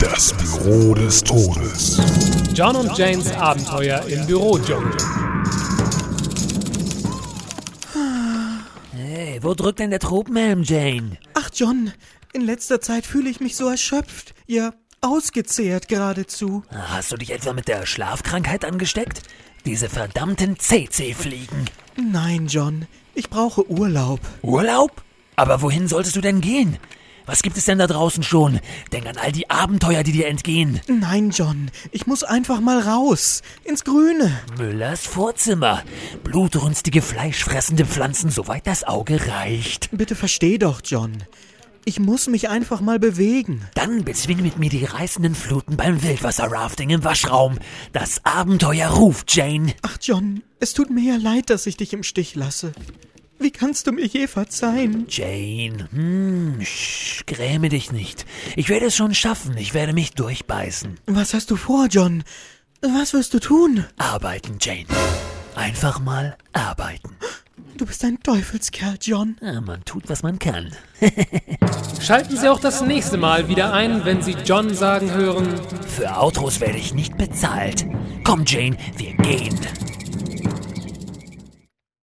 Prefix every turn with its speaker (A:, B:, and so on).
A: Das Büro des Todes.
B: John und Janes Abenteuer im Büro, John.
C: Hey, Äh, wo drückt denn der Tropenhelm, Jane?
D: Ach, John, in letzter Zeit fühle ich mich so erschöpft, ja, ausgezehrt geradezu.
C: Hast du dich etwa mit der Schlafkrankheit angesteckt? Diese verdammten CC-Fliegen.
D: Nein, John, ich brauche Urlaub.
C: Urlaub? Aber wohin solltest du denn gehen? Was gibt es denn da draußen schon? Denk an all die Abenteuer, die dir entgehen.
D: Nein, John, ich muss einfach mal raus, ins Grüne.
C: Müllers Vorzimmer. Blutrünstige, fleischfressende Pflanzen, soweit das Auge reicht.
D: Bitte versteh doch, John. Ich muss mich einfach mal bewegen.
C: Dann bezwing mit mir die reißenden Fluten beim Wildwasserrafting im Waschraum. Das Abenteuer ruft, Jane.
D: Ach, John, es tut mir ja leid, dass ich dich im Stich lasse. Wie kannst du mir je verzeihen?
C: Jane, hm, sch, gräme dich nicht. Ich werde es schon schaffen. Ich werde mich durchbeißen.
D: Was hast du vor, John? Was wirst du tun?
C: Arbeiten, Jane. Einfach mal arbeiten.
D: Du bist ein Teufelskerl, John.
C: Ja, man tut, was man kann.
B: Schalten Sie auch das nächste Mal wieder ein, wenn Sie John sagen hören.
C: Für Autos werde ich nicht bezahlt. Komm, Jane, wir gehen.